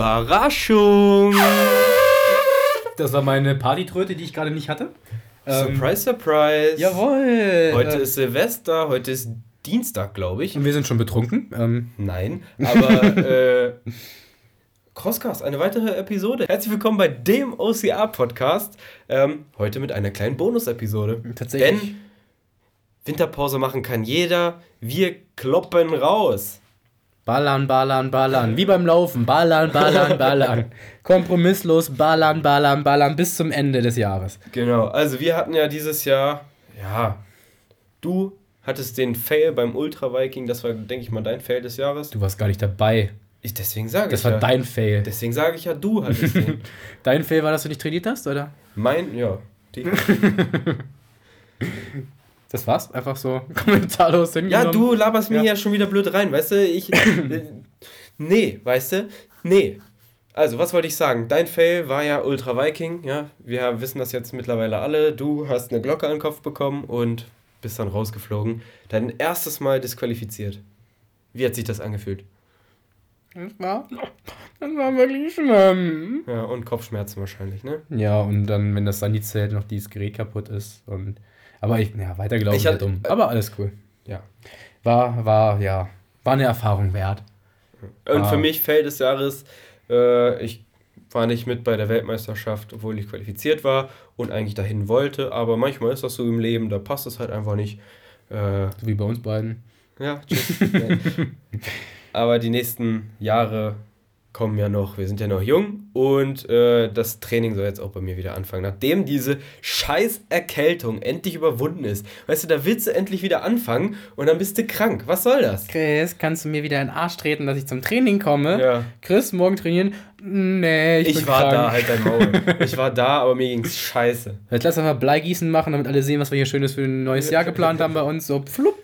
Überraschung! Das war meine Partytröte, die ich gerade nicht hatte. surprise, surprise! Ähm, Jawohl! äh, Ähm, Heute ist Silvester, heute ist Dienstag, glaube ich. Und wir sind schon betrunken. Ähm, Nein, aber äh, Crosscast, eine weitere Episode. Herzlich willkommen bei dem OCR-Podcast. Ähm, heute mit einer kleinen Bonus-Episode. Tatsächlich. Denn Winterpause machen kann jeder. Wir kloppen raus. ballern, ballern, ballern. Wie beim Laufen. Ballern, ballern, ballern. Kompromisslos ballern, ballern, ballern bis zum Ende des Jahres. Genau, also wir hatten ja dieses Jahr, ja, du hattest den Fail beim Ultra Viking, das war, denke ich mal, dein Fail des Jahres. Du warst gar nicht dabei. Ich, deswegen sage ich Das war ja. dein Fail. Deswegen sage ich ja, du hattest den. Dein Fail war, dass du nicht trainiert hast, oder? Mein, ja. Die, Das war's. Einfach so kommentarlos hingenommen. ja, du laberst mir Ja. ja. schon wieder blöd rein, weißt du? Ich. äh, nee, weißt du? Nee. Also, was wollte ich sagen? Dein Fail war ja Ultra Viking, ja. Wir wissen das jetzt mittlerweile alle. Du hast eine Glocke an den Kopf bekommen und bist dann rausgeflogen. Dein erstes Mal disqualifiziert. Wie hat sich das angefühlt? Das war, das war wirklich schlimm. Ja, und Kopfschmerzen wahrscheinlich, ne? Ja, und dann, wenn das Sanizelt noch dieses Gerät kaputt ist und. Aber ich, ja, weitergelaufen Ich wäre hatte- dumm. Aber alles cool. Ja. War, war, ja. War eine Erfahrung wert. Und Ah. für mich Fail des Jahres, äh, ich war nicht mit bei der Weltmeisterschaft, obwohl ich qualifiziert war und eigentlich dahin wollte, aber manchmal ist das so im Leben, da passt es halt einfach nicht. Äh, So wie bei uns beiden. ja, tschüss. Nee. aber die nächsten Jahre kommen ja noch, wir sind ja noch jung und äh, das Training soll jetzt auch bei mir wieder anfangen, nachdem diese scheiß Erkältung endlich überwunden ist. Weißt du, da willst du endlich wieder anfangen und dann bist du krank. Was soll das? Chris, kannst du mir wieder in den Arsch treten, dass ich zum Training komme? Ja. Chris, morgen trainieren? Nee, ich, Ich, bin war krank. da, halt dein Maul. Ich war da, aber mir ging's scheiße. Jetzt lass einfach Bleigießen machen, damit alle sehen, was wir hier Schönes für ein neues Jahr geplant haben bei uns. So, flupp.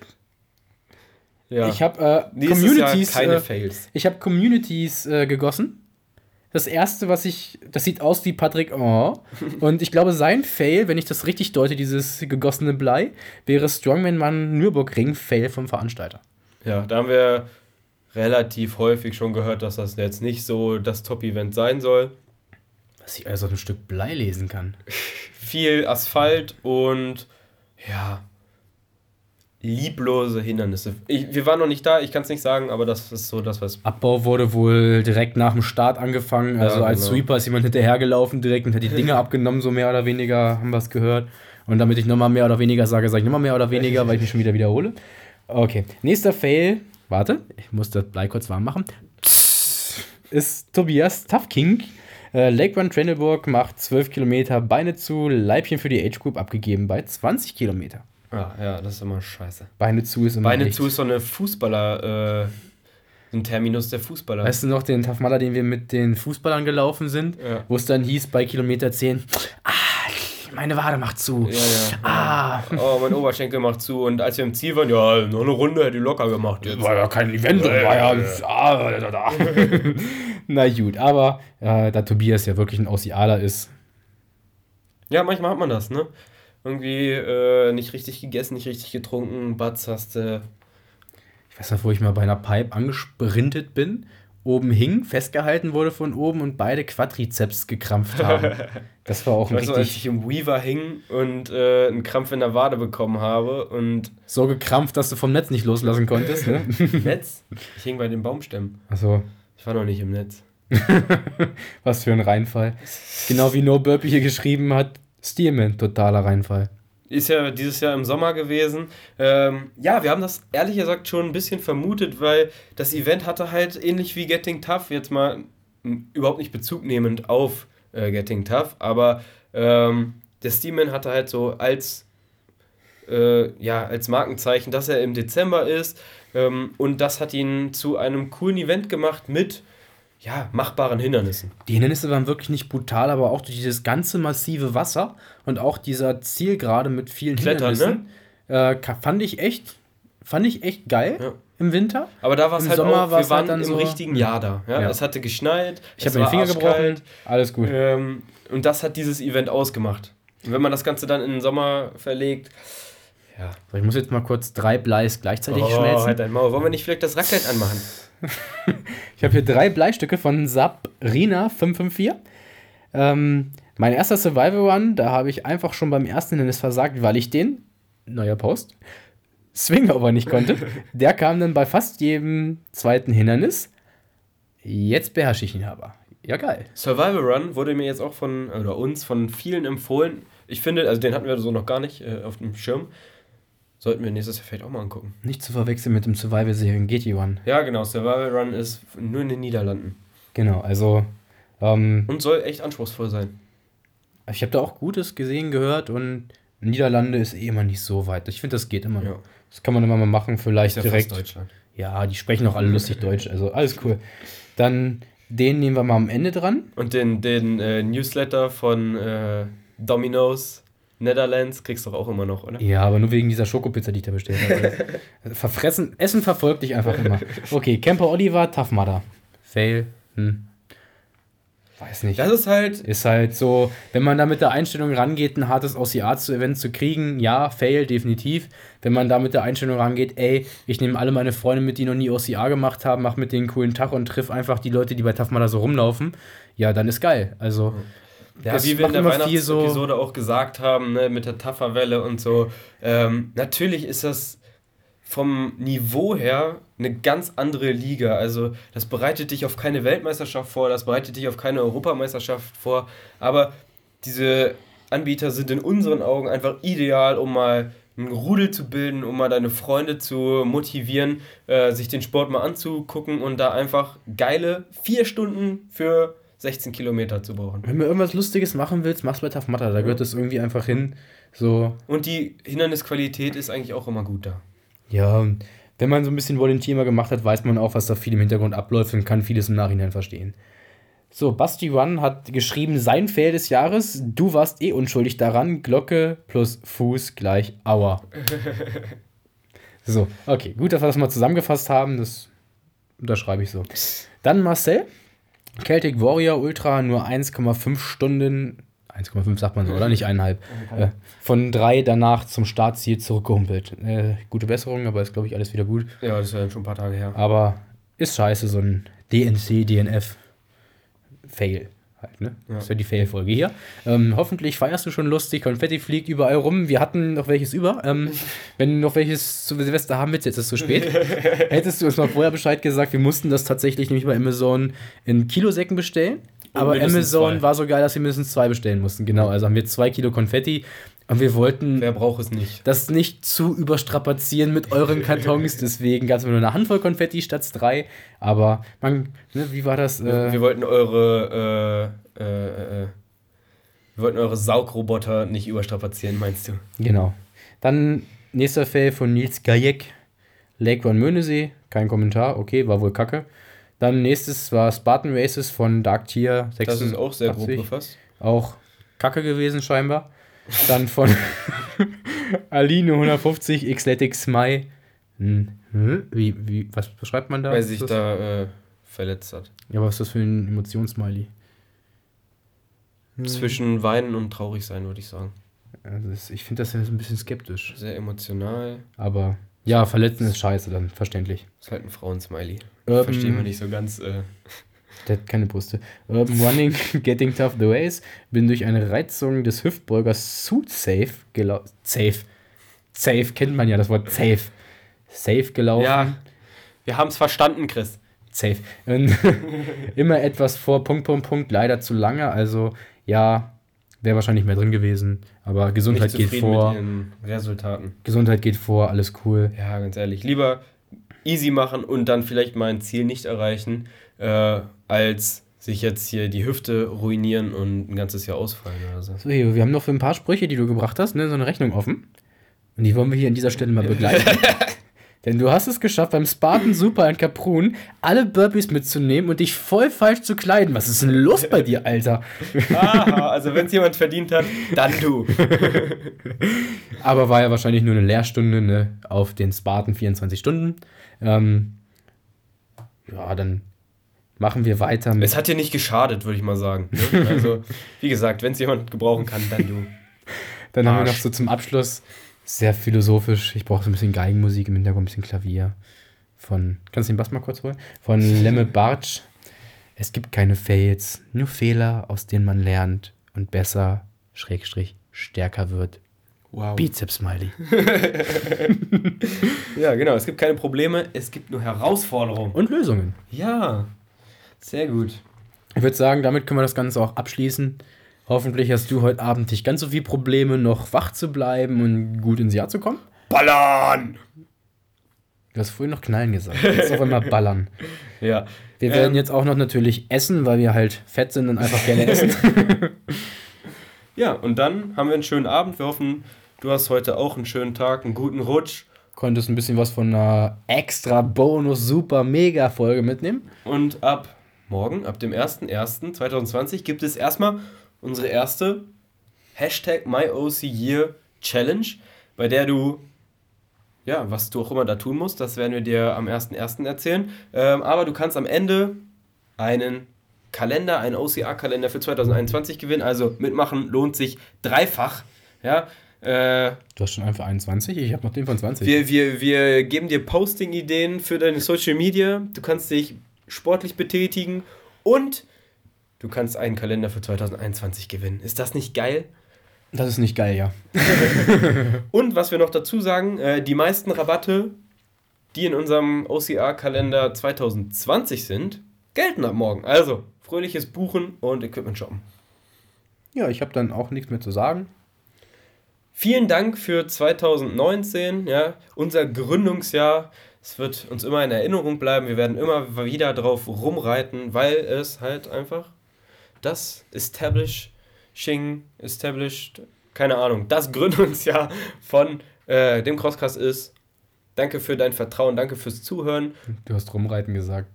Ja. Ich habe äh, Nächstes Communities. Jahr keine äh, Fails. Ich habe Communities äh, gegossen. Das erste, was ich. Das sieht aus wie Patrick Oh. Und ich glaube, sein Fail, wenn ich das richtig deute, dieses gegossene Blei, wäre Strongman Mann Nürburgring Fail vom Veranstalter. Ja, da haben wir relativ häufig schon gehört, dass das jetzt nicht so das Top-Event sein soll. Dass ich alles auf ein Stück Blei lesen kann. Viel Asphalt und ja, lieblose Hindernisse. Ich, wir waren noch nicht da, ich kann's nicht sagen, aber das ist so das, was. Abbau wurde wohl direkt nach dem Start angefangen. Also Ja, als genau. Sweeper ist jemand hinterhergelaufen direkt und hat die Dinge abgenommen, so mehr oder weniger, haben wir es gehört. Und damit ich nochmal mehr oder weniger sage, sage ich nochmal mehr oder weniger, weil ich mich schon wieder wiederhole. Okay, nächster Fail. Warte, ich muss das Blei kurz warm machen. Ist Tobias Tafking. Äh, Lake Run Trendelburg macht 12 Kilometer, Beine zu, Leibchen für die Age Group abgegeben bei 20 Kilometer. Ja, ah, ja, das ist immer scheiße. Beine zu ist immer Beine nichts. zu ist so eine Fußballer, äh, ein Terminus der Fußballer. Weißt du noch den Tafmada, den wir mit den Fußballern gelaufen sind, Ja. wo es dann hieß bei Kilometer 10, ah, meine Wade macht zu. Ja, ja. Ah, Oh, mein Oberschenkel macht zu. Und als wir im Ziel waren, ja, noch eine Runde hätte ich locker gemacht. Jetzt. war ja kein Event, war ja. Ah, da, da. Na gut, aber äh, da Tobias ja wirklich ein Ossialer ist, Ja, manchmal hat man das, ne? Irgendwie äh, nicht richtig gegessen, nicht richtig getrunken, Batz hast du. ich weiß noch, wo ich mal bei einer Pipe angesprintet bin, oben hing, festgehalten wurde von oben und beide Quadrizeps gekrampft haben. Das war auch ein Weißt du, als richtig ich im Weaver hing und äh, einen Krampf in der Wade bekommen habe und so gekrampft, dass du vom Netz nicht loslassen konntest. Ne? Netz? Ich hing bei den Baumstämmen. Also, Ich war noch nicht im Netz. Was für ein Reinfall. Genau wie No Burpee hier geschrieben hat, Steelman, totaler Reinfall. Ist ja dieses Jahr im Sommer gewesen. Ähm, ja, wir haben das ehrlich gesagt schon ein bisschen vermutet, weil das Event hatte halt ähnlich wie Getting Tough jetzt mal m, überhaupt nicht Bezug nehmend auf äh, Getting Tough, aber ähm, der Steeman hatte halt so als äh, ja, als Markenzeichen, dass er im Dezember ist. Ähm, und das hat ihn zu einem coolen Event gemacht mit ja, machbaren Hindernissen. Die Hindernisse waren wirklich nicht brutal, aber auch durch dieses ganze massive Wasser und auch dieser Zielgerade mit vielen Klettern, ne? Hindernissen äh, ka- fand ich echt, fand ich echt geil Ja. im Winter. Aber da war es Im halt Sommer auch, war's wir waren halt dann im so- richtigen Jahr da. Ja? Ja. Es hatte geschneit, Ich habe es mir den war Finger arschkalt. gebrochen. Alles gut. Ähm, und das hat dieses Event ausgemacht. Und wenn man das Ganze dann in den Sommer verlegt, ja. So, Ich muss jetzt mal kurz drei Bleis gleichzeitig oh, schmelzen. halt dein Maul. Wollen wir nicht vielleicht das Raclette anmachen? ich habe hier drei Bleistücke von Sabrina554. Ähm, mein erster Survival Run, da habe ich einfach schon beim ersten Hindernis versagt, weil ich den, neuer Post, Swingover nicht konnte. Der kam dann bei fast jedem zweiten Hindernis. Jetzt beherrsche ich ihn aber. Ja, geil. Survival Run wurde mir jetzt auch von, oder uns, von vielen empfohlen. Ich finde, also den hatten wir so noch gar nicht äh, auf dem Schirm. Sollten wir nächstes Jahr vielleicht auch mal angucken. Nicht zu verwechseln mit dem Survival-Serien GT1. Ja, genau. Survival Run ist nur in den Niederlanden. Genau, also ähm, Und soll echt anspruchsvoll sein. ich habe da auch Gutes gesehen, gehört und Niederlande ist eh immer nicht so weit. Ich finde, das geht immer. Ja. Das kann man immer mal machen, vielleicht ja direkt. fast Deutschland. Ja, die sprechen auch alle lustig Deutsch, also alles cool. Dann den nehmen wir mal am Ende dran. Und den, den äh, Newsletter von äh, Domino's Netherlands kriegst du doch auch immer noch, oder? Ja, aber nur wegen dieser Schokopizza, die ich da bestellt habe. Also, Verfressen, Essen verfolgt dich einfach immer. Okay, Camper Oliver, Tough Mudder. Fail. Hm. Weiß nicht. Das ist halt. Ist halt so, wenn man da mit der Einstellung rangeht, ein hartes OCR zu Event zu kriegen, ja, fail, definitiv. Wenn man da mit der Einstellung rangeht, ey, ich nehme alle meine Freunde mit, die noch nie OCR gemacht haben, mach mit denen einen coolen Tag und triff einfach die Leute, die bei Tafma da so rumlaufen, ja, dann ist geil. Also, Ja, das wie wir in macht der immer viel so- Weihnachtsepisode auch gesagt haben, ne, mit der Tafferwelle und so. Ähm, natürlich ist das vom Niveau her eine ganz andere Liga. Also das bereitet dich auf keine Weltmeisterschaft vor, das bereitet dich auf keine Europameisterschaft vor. Aber diese Anbieter sind in unseren Augen einfach ideal, um mal ein Rudel zu bilden, um mal deine Freunde zu motivieren, äh, sich den Sport mal anzugucken und da einfach geile vier Stunden für 16 Kilometer zu brauchen. wenn du irgendwas Lustiges machen willst, mach's bei Tough Mudder, da gehört das irgendwie einfach hin. So, Und die Hindernisqualität ist eigentlich auch immer gut da. ja, und wenn man so ein bisschen Volunteer mal gemacht hat, weiß man auch, was da viel im Hintergrund abläuft und kann vieles im Nachhinein verstehen. So, Basti One hat geschrieben, sein Fail des Jahres, du warst eh unschuldig daran, Glocke plus Fuß gleich Aua. so, okay, gut, dass wir das mal zusammengefasst haben, das unterschreibe ich so. Dann Marcel, Celtic Warrior Ultra, nur 1,5 Stunden, 1,5 sagt man so, oder? Nicht eineinhalb. Äh, von drei danach zum Startziel zurückgehumpelt. Äh, gute Besserung, aber ist, glaube ich, alles wieder gut. Ja, das ist ja schon ein paar Tage her. Aber ist scheiße, so ein DNC, DNF. Fail. Halt, ne? Das ist ja die Fail-Folge hier. Ähm, hoffentlich feierst du schon lustig, Konfetti fliegt überall rum. Wir hatten noch welches über. Ähm, wenn du noch welches zu Silvester haben willst, jetzt ist es zu spät. Hättest du uns mal vorher Bescheid gesagt, wir mussten das tatsächlich nämlich bei Amazon in Kilosäcken bestellen. Aber Oh, mindestens Amazon zwei. war so geil, dass wir mindestens zwei bestellen mussten. Genau, also haben wir zwei Kilo Konfetti und wir wollten Wer braucht es nicht? das nicht zu überstrapazieren mit euren Kartons. Deswegen gab es nur eine Handvoll Konfetti statt drei. Aber man, ne, wie war das? Äh, Wir wollten eure, äh, äh, äh, wir wollten eure Saugroboter nicht überstrapazieren, meinst du? genau. Dann nächster Fail von Nils Gajek. Lake Run Möhnesee. Kein Kommentar. Okay, war wohl kacke. Dann nächstes war Spartan Races von Dark Tier 86. Das ist auch sehr grob gefasst. Auch kacke gewesen scheinbar. Dann von Aline 150 Xletics Mai. Hm, hm, Wie, wie, was beschreibt man da? Weil sie sich Das- da äh, verletzt hat. Ja, was ist das für ein Emotionsmiley? Hm. Zwischen weinen und traurig sein, würde ich sagen. Also das, ich finde das ja so ein bisschen skeptisch. Sehr emotional. Aber ja, verletzen ist scheiße, dann verständlich. Ist halt ein Frauensmiley. Ähm. Verstehen wir nicht so ganz. Äh, Der hat keine Brüste. Urban Running, Getting Tough the Ways. Bin durch eine Reizung des Hüftbeugers zu safe gelaufen. Safe. Safe kennt man ja, das Wort safe. Safe gelaufen. ja, wir haben es verstanden, Chris. Safe. Und immer etwas vor, Punkt, Punkt, Punkt, leider zu lange. Also ja, wäre wahrscheinlich mehr drin gewesen. Aber Nicht Gesundheit geht zufrieden mit vor. ihren Resultaten. Gesundheit geht vor, alles cool. Ja, ganz ehrlich, lieber easy machen und dann vielleicht mein Ziel nicht erreichen, äh, als sich jetzt hier die Hüfte ruinieren und ein ganzes Jahr ausfallen oder so. So, Hebe, wir haben noch für ein paar Sprüche, die du gebracht hast, ne, so eine Rechnung offen. Und die wollen wir hier an dieser Stelle mal begleiten. Denn du hast es geschafft, beim Spartan Super in Kaprun alle Burpees mitzunehmen und dich voll falsch zu kleiden. Was ist denn los bei dir, Alter? Aha, also wenn es jemand verdient hat, dann du. Aber war ja wahrscheinlich nur eine Lehrstunde ne, auf den Spartan 24 Stunden. Ähm, ja, dann machen wir weiter mit Es hat dir nicht geschadet, würde ich mal sagen. Ne? Also, wie gesagt, wenn es jemand gebrauchen kann, dann du. Dann haben wir Arsch. noch so zum Abschluss sehr philosophisch. Ich brauche so ein bisschen Geigenmusik im Hintergrund, ein bisschen Klavier. von, kannst du den Bass mal kurz holen? Von Lemme Bartsch. Es gibt keine Fails, nur Fehler, aus denen man lernt und besser, Schrägstrich, stärker wird. Wow. Bizeps-Smiley. Ja, genau. Es gibt keine Probleme, es gibt nur Herausforderungen. Und Lösungen. Ja, sehr gut. Ich würde sagen, damit können wir das Ganze auch abschließen. Hoffentlich hast du heute Abend nicht ganz so viel Probleme, noch wach zu bleiben und gut ins Jahr zu kommen. Ballern! Du hast vorhin noch knallen gesagt. Jetzt auf einmal ballern. Ja. Wir werden Ähm. jetzt auch noch natürlich essen, weil wir halt fett sind und einfach gerne essen. Ja, und dann haben wir einen schönen Abend. Wir hoffen, du hast heute auch einen schönen Tag, einen guten Rutsch. Konntest ein bisschen was von einer extra Bonus super mega Folge mitnehmen. Und ab morgen, ab dem 01.01.2020, gibt es erstmal unsere erste Hashtag MyOCYear Challenge, bei der du, ja, was du auch immer da tun musst, das werden wir dir am 1.01. erzählen. Ähm, aber du kannst am Ende einen Kalender, einen OCR-Kalender für 2021 gewinnen. Also mitmachen lohnt sich dreifach. Ja, äh, Du hast schon einen für 21, ich habe noch den von 20. wir, wir, wir geben dir Posting-Ideen für deine Social Media. Du kannst dich sportlich betätigen und du kannst einen Kalender für 2021 gewinnen. Ist das nicht geil? das ist nicht geil, ja. Und was wir noch dazu sagen, äh, die meisten Rabatte, die in unserem OCR-Kalender 2020 sind, gelten ab morgen. Also fröhliches Buchen und Equipment shoppen. Ja, ich habe dann auch nichts mehr zu sagen. Vielen Dank für 2019, ja, unser Gründungsjahr. Es wird uns immer in Erinnerung bleiben. Wir werden immer wieder drauf rumreiten, weil es halt einfach das Establishing, Established, keine Ahnung, das Gründungsjahr von äh, dem Crosscast ist. Danke für dein Vertrauen, danke fürs Zuhören. Du hast rumreiten gesagt.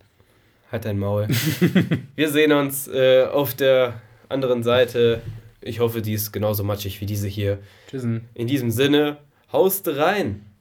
Halt dein Maul. Wir sehen uns äh, auf der anderen Seite. Ich hoffe, die ist genauso matschig wie diese hier. Tschüssen. In diesem Sinne, haust rein!